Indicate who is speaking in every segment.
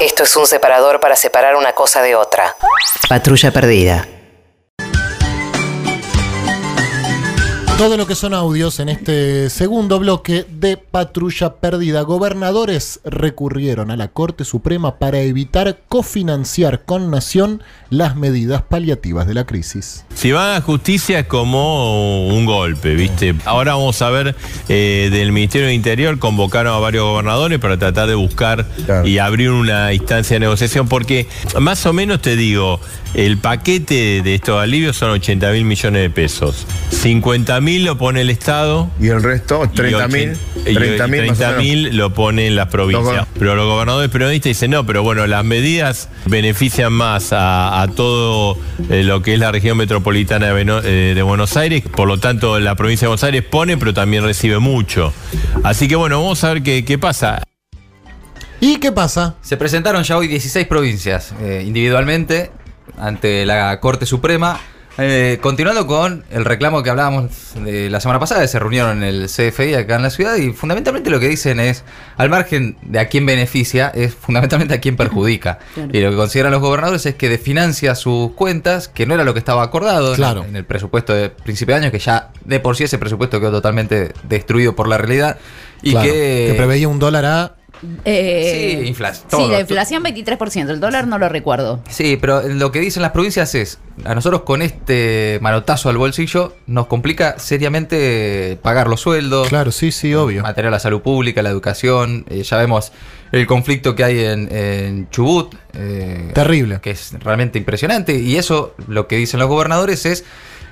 Speaker 1: Esto es un separador para separar una cosa de otra.
Speaker 2: Patrulla perdida.
Speaker 3: Todo lo que son audios en este segundo bloque de Patrulla Perdida. Gobernadores recurrieron a la Corte Suprema para evitar cofinanciar con Nación las medidas paliativas de la crisis.
Speaker 4: Si van a justicia es como un golpe, ¿viste? Ahora vamos a ver eh, del Ministerio del Interior convocaron a varios gobernadores para tratar de buscar
Speaker 5: Claro.
Speaker 4: y abrir una instancia de negociación, porque más o menos te digo, el paquete de estos alivios son 80 mil millones de pesos. 50 mil lo pone el Estado.
Speaker 5: Y el resto, 30 mil. 30 mil más o menos.
Speaker 4: mil lo pone en las provincias.
Speaker 5: Los go-
Speaker 4: pero los gobernadores peronistas dicen, no, pero bueno, las medidas benefician más a, a todo eh, lo que es la región metropolitana de, Beno- eh, de Buenos Aires. Por lo tanto, la provincia de Buenos Aires pone, pero también recibe mucho. Así que bueno, vamos a ver qué, qué pasa.
Speaker 3: ¿Y qué pasa?
Speaker 6: Se presentaron ya hoy 16 provincias eh, individualmente ante la Corte Suprema. Eh, continuando con el reclamo que hablábamos de la semana pasada, se reunieron en el CFI acá en la ciudad y fundamentalmente lo que dicen es, al margen de a quién beneficia, es fundamentalmente a quién perjudica. Y lo que consideran los gobernadores es que desfinancia sus cuentas, que no era lo que estaba acordado en-
Speaker 3: Claro.
Speaker 6: en el presupuesto de principio de año, que ya de por sí ese presupuesto quedó totalmente destruido por la realidad y
Speaker 3: Claro,
Speaker 6: que...
Speaker 3: preveía un dólar a...
Speaker 7: Eh,
Speaker 6: Sí, infla-
Speaker 7: Sí,
Speaker 6: todo.
Speaker 7: la inflación 23%. El dólar no lo recuerdo.
Speaker 6: Sí, pero lo que dicen las provincias es, a nosotros con este manotazo al bolsillo nos complica seriamente pagar los sueldos,
Speaker 3: Claro, sí, sí, obvio.
Speaker 6: mantener la salud pública, la educación, eh, ya vemos el conflicto que hay en, en Chubut, eh,
Speaker 3: Terrible.
Speaker 6: que es realmente impresionante, y eso lo que dicen los gobernadores es,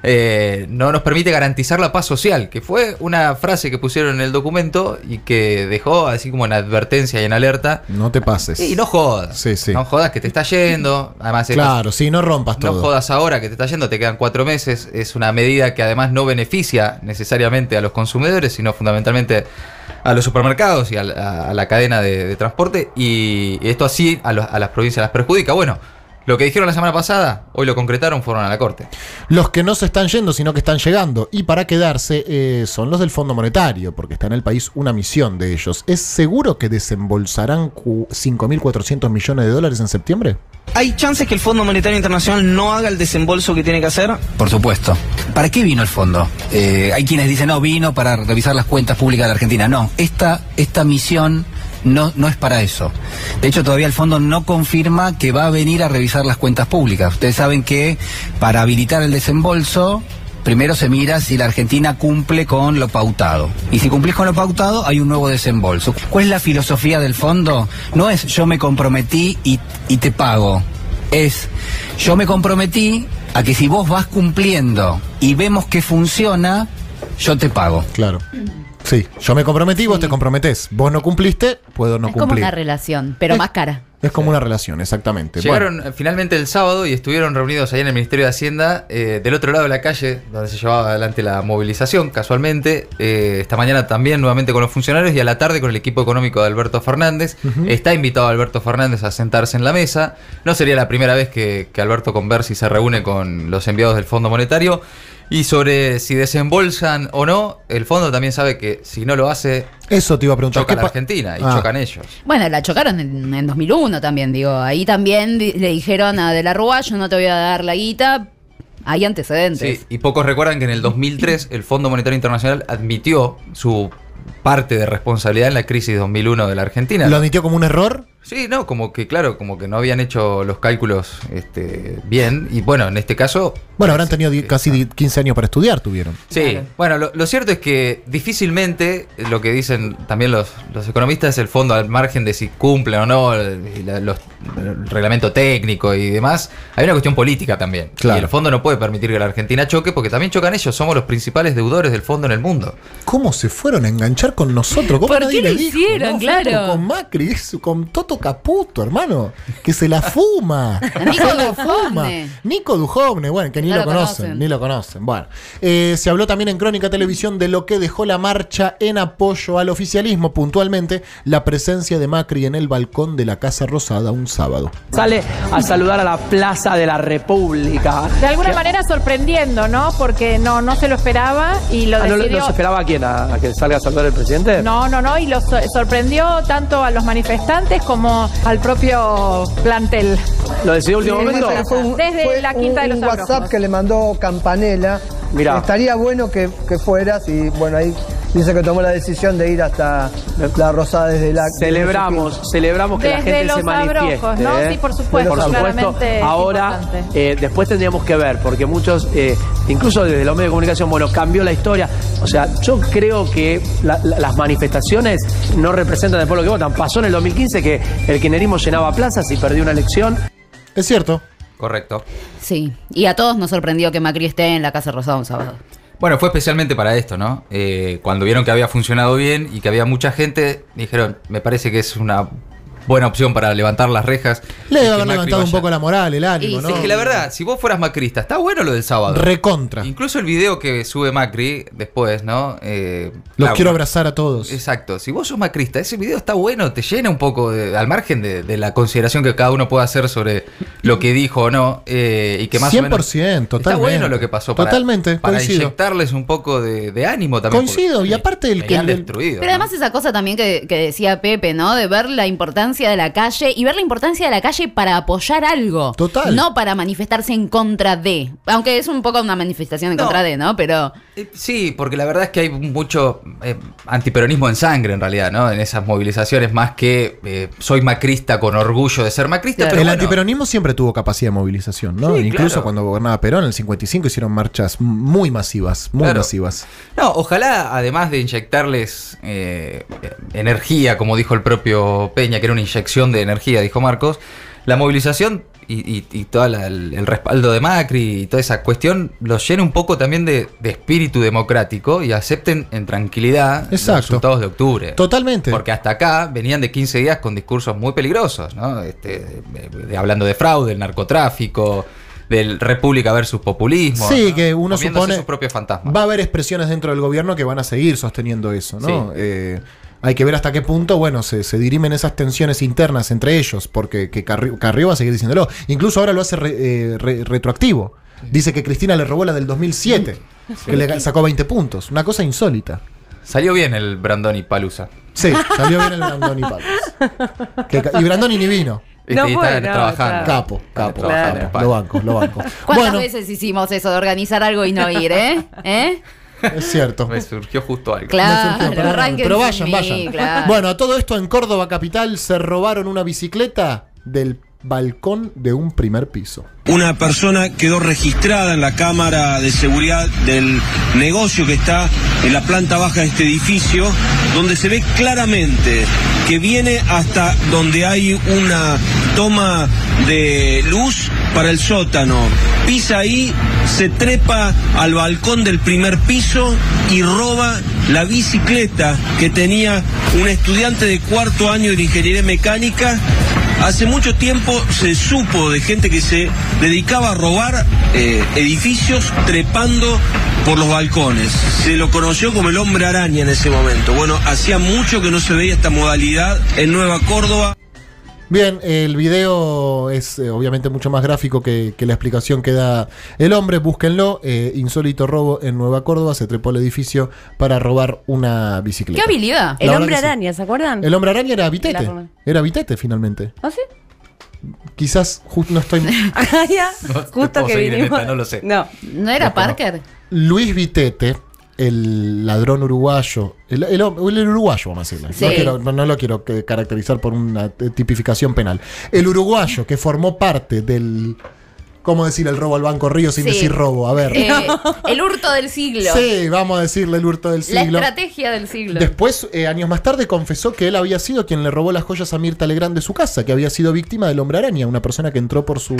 Speaker 6: eh, no nos permite garantizar la paz social, que fue una frase que pusieron en el documento y que dejó así como en advertencia y en alerta.
Speaker 3: No te pases.
Speaker 6: Y no jodas.
Speaker 3: Sí, sí.
Speaker 6: No jodas que te está yendo. Además, esto es-
Speaker 3: Claro, sí, no rompas
Speaker 6: no
Speaker 3: todo.
Speaker 6: jodas ahora que te está yendo, te quedan cuatro meses. Es una medida que además no beneficia necesariamente a los consumidores, sino fundamentalmente a los supermercados y a, la- a la cadena de, de transporte. Y esto así a, los- a las provincias las perjudica. Bueno, lo que dijeron la semana pasada, hoy lo concretaron, fueron a la corte.
Speaker 3: Los que no se están yendo, sino que están llegando y para quedarse eh, son los del Fondo Monetario, porque está en el país una misión de ellos. ¿Es seguro que desembolsarán cu- 5.400 millones de dólares en septiembre?
Speaker 8: ¿Hay chances que el Fondo Monetario Internacional no haga el desembolso que tiene que hacer?
Speaker 9: Por supuesto. ¿Para qué vino el fondo? Eh, hay quienes dicen, no, vino para revisar las cuentas públicas de la Argentina. No, esta, esta misión no, no es para eso. De hecho, todavía el fondo no confirma que va a venir a revisar las cuentas públicas. Ustedes saben que para habilitar el desembolso, primero se mira si la Argentina cumple con lo pautado. Y si cumplís con lo pautado, hay un nuevo desembolso. ¿Cuál es la filosofía del fondo? No es yo me comprometí y, y te pago es yo me comprometí a que si vos vas cumpliendo y vemos que funciona, yo te pago.
Speaker 3: Claro. Sí, yo me comprometí, vos te comprometés. Vos no cumpliste, puedo no
Speaker 7: es como
Speaker 3: cumplir.
Speaker 7: una relación,
Speaker 6: Eh.
Speaker 7: pero más cara.
Speaker 3: es como una relación, exactamente.
Speaker 6: Llegaron
Speaker 3: Bueno,
Speaker 6: eh, finalmente el sábado y estuvieron reunidos ahí en el Ministerio de Hacienda, eh, del otro lado de la calle, donde se llevaba adelante la movilización, casualmente. eh, esta mañana también nuevamente con los funcionarios y a la tarde con el equipo económico de Alberto Fernández. Está invitado Alberto Fernández a sentarse en la mesa. No sería la primera vez que, que Alberto Conversi se reúne con los enviados del Fondo Monetario. Y sobre si desembolsan o no, el fondo también sabe que si no lo hace,
Speaker 3: eso te iba a preguntar.
Speaker 6: choca
Speaker 3: ¿qué
Speaker 6: la
Speaker 3: pa-
Speaker 6: Argentina y
Speaker 3: Ah,
Speaker 6: chocan ellos.
Speaker 7: Bueno, la chocaron en, en 2001 también, digo. Ahí también di- le dijeron a De la Rúa, yo no te voy a dar la guita. Hay antecedentes.
Speaker 6: Sí, y pocos recuerdan que en el 2003 el Fondo Monetario Internacional admitió su parte de responsabilidad en la crisis 2001 de la Argentina.
Speaker 3: ¿Lo admitió como un error?
Speaker 6: Sí, no, como que claro, como que no habían hecho los cálculos este, bien y bueno, en este caso
Speaker 3: Bueno, habrán tenido di- casi di- 15 años para estudiar, tuvieron.
Speaker 6: Sí, bueno, lo, lo cierto es que difícilmente, eh, lo que dicen también los, los economistas, el fondo al margen de si cumple o no el, y la- los, el reglamento técnico y demás, hay una cuestión política también.
Speaker 3: Claro.
Speaker 6: Y el fondo no puede permitir que la Argentina choque porque también chocan ellos, somos los principales deudores del fondo en el mundo.
Speaker 3: ¿Cómo se fueron a enganchar con nosotros? ¿Cómo
Speaker 7: ¿Por
Speaker 3: nadie
Speaker 7: qué lo
Speaker 3: le dijo?
Speaker 7: hicieron?
Speaker 3: No, fue
Speaker 7: Claro.
Speaker 3: esto Con Macri, es con Toto Caputo, hermano. Que se la fuma.
Speaker 7: Nico
Speaker 3: se la fuma.
Speaker 7: Dujovne.
Speaker 3: Nico Dujovne, bueno, que ni
Speaker 7: No
Speaker 3: lo,
Speaker 7: lo
Speaker 3: conocen,
Speaker 7: conocen.
Speaker 3: ni lo conocen. Bueno, eh, se habló también en Crónica Televisión de lo que dejó la marcha en apoyo al oficialismo, puntualmente la presencia de Macri en el balcón de la Casa Rosada un sábado.
Speaker 8: Sale a saludar a la Plaza de la República.
Speaker 10: De alguna manera sorprendiendo, ¿no? Porque no, no se lo esperaba y lo
Speaker 8: Ah, ¿No,
Speaker 10: decidió.
Speaker 8: ¿no se esperaba a quién? ¿A, a que salga a saludar el presidente?
Speaker 10: No, no, no, y lo so- sorprendió tanto a los manifestantes como como al propio plantel.
Speaker 11: ¿Lo decidió último momento?
Speaker 10: Desde la quinta de los
Speaker 12: un WhatsApp
Speaker 10: Abrojos.
Speaker 12: que le mandó Campanella.
Speaker 5: Ah.
Speaker 11: Mirá.
Speaker 12: Estaría bueno que, que fueras y bueno, ahí dice que tomó la decisión de ir hasta la Rosada desde la...
Speaker 11: Celebramos, celebramos que la
Speaker 10: Desde
Speaker 11: gente
Speaker 10: los
Speaker 11: se manifieste.
Speaker 10: abrojos, ¿no?
Speaker 11: ¿eh?
Speaker 10: Sí, por supuesto,
Speaker 11: Por supuesto.
Speaker 10: claramente es
Speaker 11: Ahora,
Speaker 10: importante.
Speaker 11: eh, después tendríamos que ver, porque muchos, eh, incluso desde los medios de comunicación, bueno, cambió la historia. O sea, yo creo que la- la- las manifestaciones no representan el pueblo que votan. Pasó en el 2015 que el kirchnerismo llenaba plazas y perdió una elección.
Speaker 3: Es cierto.
Speaker 6: Correcto.
Speaker 7: Sí, y a todos nos sorprendió que Macri esté en la Casa Rosada un sábado.
Speaker 6: Bueno, fue especialmente para esto, ¿no? Eh, cuando vieron que había funcionado bien y que había mucha gente, dijeron, me parece que es una buena opción para levantar las rejas.
Speaker 3: Le
Speaker 6: Y que
Speaker 3: debe haber
Speaker 6: Macri
Speaker 3: levantado un
Speaker 6: vaya.
Speaker 3: poco la moral, el ánimo,
Speaker 6: Y
Speaker 3: ¿no?
Speaker 6: Es que la verdad, si vos fueras macrista, está bueno lo del sábado.
Speaker 3: Recontra.
Speaker 6: Incluso el video que sube Macri después, ¿no? Eh,
Speaker 3: Los
Speaker 6: claro,
Speaker 3: quiero abrazar a todos.
Speaker 6: Exacto, si vos sos macrista, ese video está bueno, te llena un poco, de- al margen de, de la consideración que cada uno pueda hacer sobre lo que dijo o no, eh, y que más o menos...
Speaker 3: 100%,
Speaker 6: Está
Speaker 3: totalmente.
Speaker 6: bueno lo que pasó para,
Speaker 3: Totalmente,
Speaker 6: para
Speaker 3: coincido.
Speaker 6: inyectarles un poco de, de ánimo también.
Speaker 3: Coincido, y aparte el que...
Speaker 6: han
Speaker 3: el-
Speaker 6: destruido.
Speaker 7: Pero además esa cosa también que, que decía Pepe, ¿no? De ver la importancia de la calle y ver la importancia de la calle para apoyar algo.
Speaker 3: Total.
Speaker 7: No para manifestarse en contra de. Aunque es un poco una manifestación en
Speaker 6: No.
Speaker 7: contra de, ¿no? Pero
Speaker 6: Eh, Sí, porque la verdad es que hay mucho eh, antiperonismo en sangre en realidad, ¿no? En esas movilizaciones, más que eh, soy macrista con orgullo de ser macrista. Pero
Speaker 3: el
Speaker 6: bueno,
Speaker 3: antiperonismo siempre tuvo capacidad de movilización, ¿no?
Speaker 6: Sí,
Speaker 3: Incluso
Speaker 6: claro.
Speaker 3: cuando gobernaba Perón, en el 55 hicieron marchas muy masivas, muy
Speaker 6: Claro.
Speaker 3: masivas.
Speaker 6: No, ojalá, además de inyectarles eh, energía, como dijo el propio Peña, que era una inyección de energía, dijo Marcos, la movilización y, y- y todo el, el respaldo de Macri y toda esa cuestión los llene un poco también de, de espíritu democrático y acepten en tranquilidad
Speaker 3: Exacto.
Speaker 6: los resultados de octubre.
Speaker 3: Totalmente.
Speaker 6: Porque hasta acá venían de 15 días con discursos muy peligrosos, ¿no? Este, de- de- hablando de fraude, del narcotráfico, del república versus populismo.
Speaker 3: Sí,
Speaker 6: ¿no?
Speaker 3: que uno
Speaker 6: Comiéndose
Speaker 3: supone-
Speaker 6: sus propios fantasmas.
Speaker 3: Va a haber expresiones dentro del gobierno que van a seguir sosteniendo eso, ¿no?
Speaker 6: Sí.
Speaker 3: Eh, hay que ver hasta qué punto, bueno, se, se dirimen esas tensiones internas entre ellos, porque que Carri- Carrió va a seguir diciéndolo. Incluso ahora lo hace re- eh, re- retroactivo. Dice que Cristina le robó la del 2007, que le ga- sacó 20 puntos. Una cosa insólita.
Speaker 6: Salió bien el Brandoni Palusa.
Speaker 3: Sí, salió bien el Brandoni Palos. Que ca- y Brandoni ni vino.
Speaker 10: No
Speaker 6: Este, y
Speaker 10: fue,
Speaker 6: está
Speaker 10: no, claro.
Speaker 6: trabajando.
Speaker 3: Capo, capo,
Speaker 6: Claro.
Speaker 3: capo. Lo banco, lo banco.
Speaker 7: ¿cuántas
Speaker 3: Bueno,
Speaker 7: veces hicimos eso de organizar algo y no ir, eh? ¿Eh?
Speaker 3: es cierto.
Speaker 6: Me surgió justo algo.
Speaker 3: No
Speaker 7: Claro,
Speaker 3: surgió, pero,
Speaker 7: arranquen
Speaker 3: pero
Speaker 7: sin
Speaker 3: vayan,
Speaker 7: mí,
Speaker 3: vayan.
Speaker 7: claro.
Speaker 3: Bueno, a todo esto en Córdoba capital se robaron una bicicleta del balcón de un primer piso.
Speaker 13: Una persona quedó registrada en la cámara de seguridad del negocio que está en la planta baja de este edificio, donde se ve claramente que viene hasta donde hay una toma de luz para el sótano. Pisa ahí, se trepa al balcón del primer piso y roba la bicicleta que tenía un estudiante de cuarto año de ingeniería mecánica Hace mucho tiempo se supo de gente que se dedicaba a robar eh, edificios trepando por los balcones. Se lo conoció como el hombre araña en ese momento. Bueno, hacía mucho que no se veía esta modalidad en Nueva Córdoba.
Speaker 3: Bien, el video es eh, obviamente mucho más gráfico que, que la explicación que da el hombre. Búsquenlo. eh, insólito robo en Nueva Córdoba. Se trepó al edificio para robar una
Speaker 7: ¡Qué
Speaker 3: bicicleta.
Speaker 7: habilidad!
Speaker 3: La
Speaker 10: El
Speaker 3: verdad
Speaker 10: hombre
Speaker 3: que sí.
Speaker 10: araña, ¿se acuerdan?
Speaker 3: El hombre araña era
Speaker 10: La
Speaker 3: Vitete.
Speaker 10: forma.
Speaker 3: Era Vitete finalmente.
Speaker 10: ¿Ah, sí?
Speaker 3: Quizás justo no estoy.
Speaker 10: Ah, ya.
Speaker 6: No te
Speaker 10: Justo
Speaker 6: puedo
Speaker 10: que
Speaker 6: seguir en
Speaker 10: vinimos.
Speaker 6: esta, no lo sé.
Speaker 10: No.
Speaker 7: Eh, ¿No era Parker?
Speaker 3: Luis Vitete, el ladrón uruguayo, el, el hom- el uruguayo, vamos a decirlo.
Speaker 7: Sí.
Speaker 3: No, quiero- no- no lo quiero que- caracterizar por una eh, tipificación penal. El uruguayo que formó parte del. ¿Cómo decir el robo al Banco Río sin
Speaker 7: Sí.
Speaker 3: decir robo? A ver.
Speaker 7: Eh, el hurto del siglo.
Speaker 3: Sí, vamos a decirle el hurto del
Speaker 7: La
Speaker 3: siglo.
Speaker 7: estrategia del siglo.
Speaker 3: Después, eh, años más tarde, confesó que él había sido quien le robó las joyas a Mirta Legrand de su casa, que había sido víctima del hombre araña, una persona que entró por su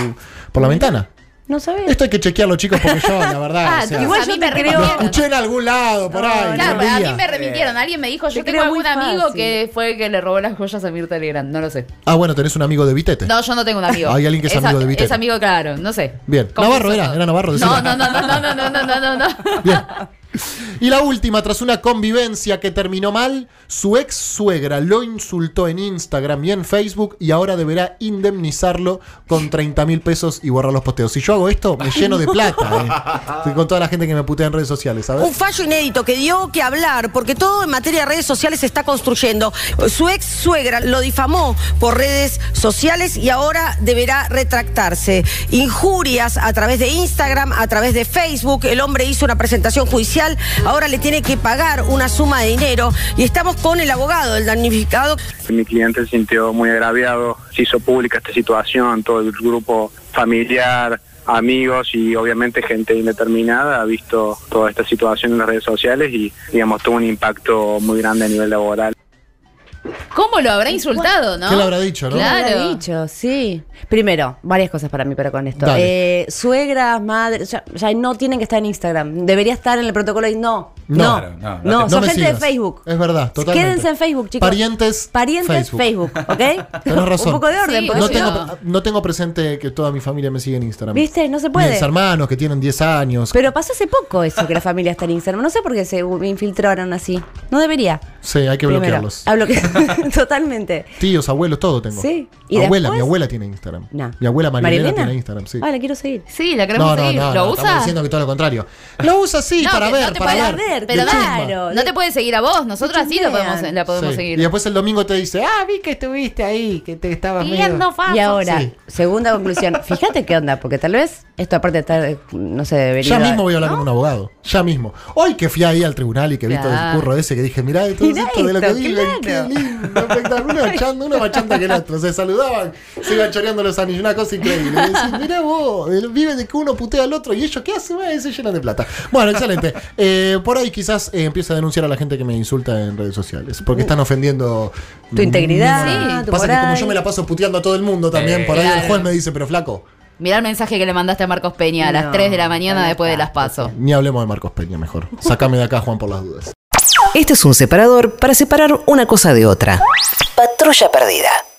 Speaker 3: por la ventana.
Speaker 10: No sabés.
Speaker 3: Esto hay que chequearlo, chicos, porque yo, la verdad.
Speaker 7: Ah,
Speaker 3: o sea,
Speaker 10: Igual
Speaker 7: A
Speaker 10: yo
Speaker 7: mí
Speaker 10: te
Speaker 7: me
Speaker 10: creo.
Speaker 3: lo escuché en algún lado, por ahí.
Speaker 7: Claro,
Speaker 3: algún
Speaker 7: a mí
Speaker 3: día.
Speaker 7: me remitieron. Alguien me dijo, yo
Speaker 10: Te
Speaker 7: tengo
Speaker 10: creo muy
Speaker 7: algún amigo
Speaker 10: fácil.
Speaker 7: que fue el que le robó las joyas a Mirta Legrand. No lo sé.
Speaker 3: Ah, bueno, tenés un amigo de Vitete.
Speaker 7: No, yo no tengo un amigo.
Speaker 3: Hay alguien que es amigo de Vitete.
Speaker 7: Es amigo, claro, no sé.
Speaker 3: Bien.
Speaker 7: ¿Cómo
Speaker 3: Navarro
Speaker 7: son
Speaker 3: era,
Speaker 7: todos?
Speaker 3: era Navarro, decilo.
Speaker 7: No, no, no, no, no, no, no, no, no, no, no.
Speaker 3: Bien. Y la última, tras una convivencia que terminó mal, su ex suegra lo insultó en Instagram y en Facebook y ahora deberá indemnizarlo con 30 mil pesos y borrar los posteos. Si yo hago esto, me lleno de plata. eh. Con toda la gente que me putea en redes sociales, ¿sabes?
Speaker 14: Un fallo inédito que dio que hablar, porque todo en materia de redes sociales se está construyendo. Su ex suegra lo difamó por redes sociales y ahora deberá retractarse. Injurias a través de Instagram, a través de Facebook. El hombre hizo una presentación judicial, ahora le tiene que pagar una suma de dinero y estamos con el abogado, el damnificado.
Speaker 15: Mi cliente se sintió muy agraviado, se hizo pública esta situación, todo el grupo familiar, amigos y obviamente gente indeterminada ha visto toda esta situación en las redes sociales y digamos tuvo un impacto muy grande a nivel laboral.
Speaker 7: ¿Cómo lo habrá insultado, no?
Speaker 3: ¿Qué le habrá dicho, no?
Speaker 16: Claro.
Speaker 7: Claro.
Speaker 16: dicho, sí. Primero, varias cosas para mí, pero con esto.
Speaker 3: Dale.
Speaker 16: Eh, suegras, madres, ya, ya no tienen que estar en Instagram. Debería estar en el protocolo y no.
Speaker 3: No,
Speaker 16: No,
Speaker 3: claro,
Speaker 16: no,
Speaker 3: no, no te- no
Speaker 16: son
Speaker 3: me
Speaker 16: gente
Speaker 3: sigas.
Speaker 16: de Facebook.
Speaker 3: Es verdad, totalmente.
Speaker 16: Quédense en Facebook, chicos.
Speaker 3: Parientes,
Speaker 16: Parientes, Facebook,
Speaker 3: Facebook.
Speaker 16: ¿ok?
Speaker 3: Tenés razón.
Speaker 16: Un poco de ¿eh? orden, porque
Speaker 3: no,
Speaker 16: si no-
Speaker 3: tengo, no tengo presente que toda mi familia me sigue en Instagram.
Speaker 16: ¿Viste? No se
Speaker 3: Mis
Speaker 16: puede.
Speaker 3: hermanos que tienen 10 años.
Speaker 16: Pero pasó hace poco eso, que la familia está en Instagram. No sé por qué se infiltraron así. No debería.
Speaker 3: sí, hay que
Speaker 16: Primero.
Speaker 3: bloquearlos.
Speaker 16: A bloque- Totalmente.
Speaker 3: Tíos, abuelos, todo tengo.
Speaker 16: Sí. ¿Y
Speaker 3: abuela,
Speaker 16: después?
Speaker 3: mi abuela tiene Instagram.
Speaker 16: No.
Speaker 3: Mi abuela Marilena,
Speaker 16: ¿Marilena?
Speaker 3: tiene Instagram, sí.
Speaker 16: Ah, la quiero seguir.
Speaker 7: Sí, la
Speaker 3: no,
Speaker 7: queremos
Speaker 3: no,
Speaker 7: seguir.
Speaker 3: no,
Speaker 7: ¿Lo
Speaker 3: no,
Speaker 7: usa?
Speaker 3: estamos diciendo que todo lo contrario. Lo usa sí,
Speaker 7: No,
Speaker 3: para
Speaker 7: que no
Speaker 3: ver,
Speaker 7: te
Speaker 3: para
Speaker 7: puede-
Speaker 3: ver.
Speaker 7: Pero
Speaker 3: de chisma.
Speaker 7: claro, no te puede seguir a vos, nosotras sí lo podemos, la podemos
Speaker 3: Sí.
Speaker 7: seguir.
Speaker 3: Y después el domingo te dice, ah, vi que estuviste ahí, que te estabas medio-
Speaker 16: Y ahora, segunda conclusión. Fíjate qué onda, porque tal vez esto aparte de estar, eh, no sé, debería.
Speaker 3: Ya mismo voy a hablar con un abogado. Ya mismo. Hoy que fui ahí al tribunal y que vi todo el
Speaker 16: Claro.
Speaker 3: curro ese que dije, mirá, todo
Speaker 16: Mirá
Speaker 3: esto de lo que
Speaker 16: esto,
Speaker 3: viven,
Speaker 16: claro.
Speaker 3: qué lindo, espectacular. Echando uno machando que el otro. Se saludaban, se iban choreando los anillos, una cosa increíble. Y decís, mirá vos, el- viven de que uno putea al otro y ellos, ¿qué hacen? Eh, se llenan de plata. Bueno, excelente. Eh, por ahí quizás eh, empiece a denunciar a la gente que me insulta en redes sociales, porque están ofendiendo
Speaker 16: Uh. Tu integridad,
Speaker 3: Mm,
Speaker 16: tu
Speaker 3: Pasa que como
Speaker 16: moral.
Speaker 3: yo me la paso puteando a todo el mundo también,
Speaker 6: Eh,
Speaker 3: por ahí el
Speaker 7: claro.
Speaker 3: juez me dice, pero flaco,
Speaker 7: Mirá el mensaje que le mandaste a Marcos Peña a las
Speaker 16: No,
Speaker 7: 3 de la mañana después de las pasos.
Speaker 3: ni hablemos de Marcos Peña mejor. Sácame de acá, Juan, por las dudas.
Speaker 1: Este es un separador para separar una cosa de otra. Patrulla perdida.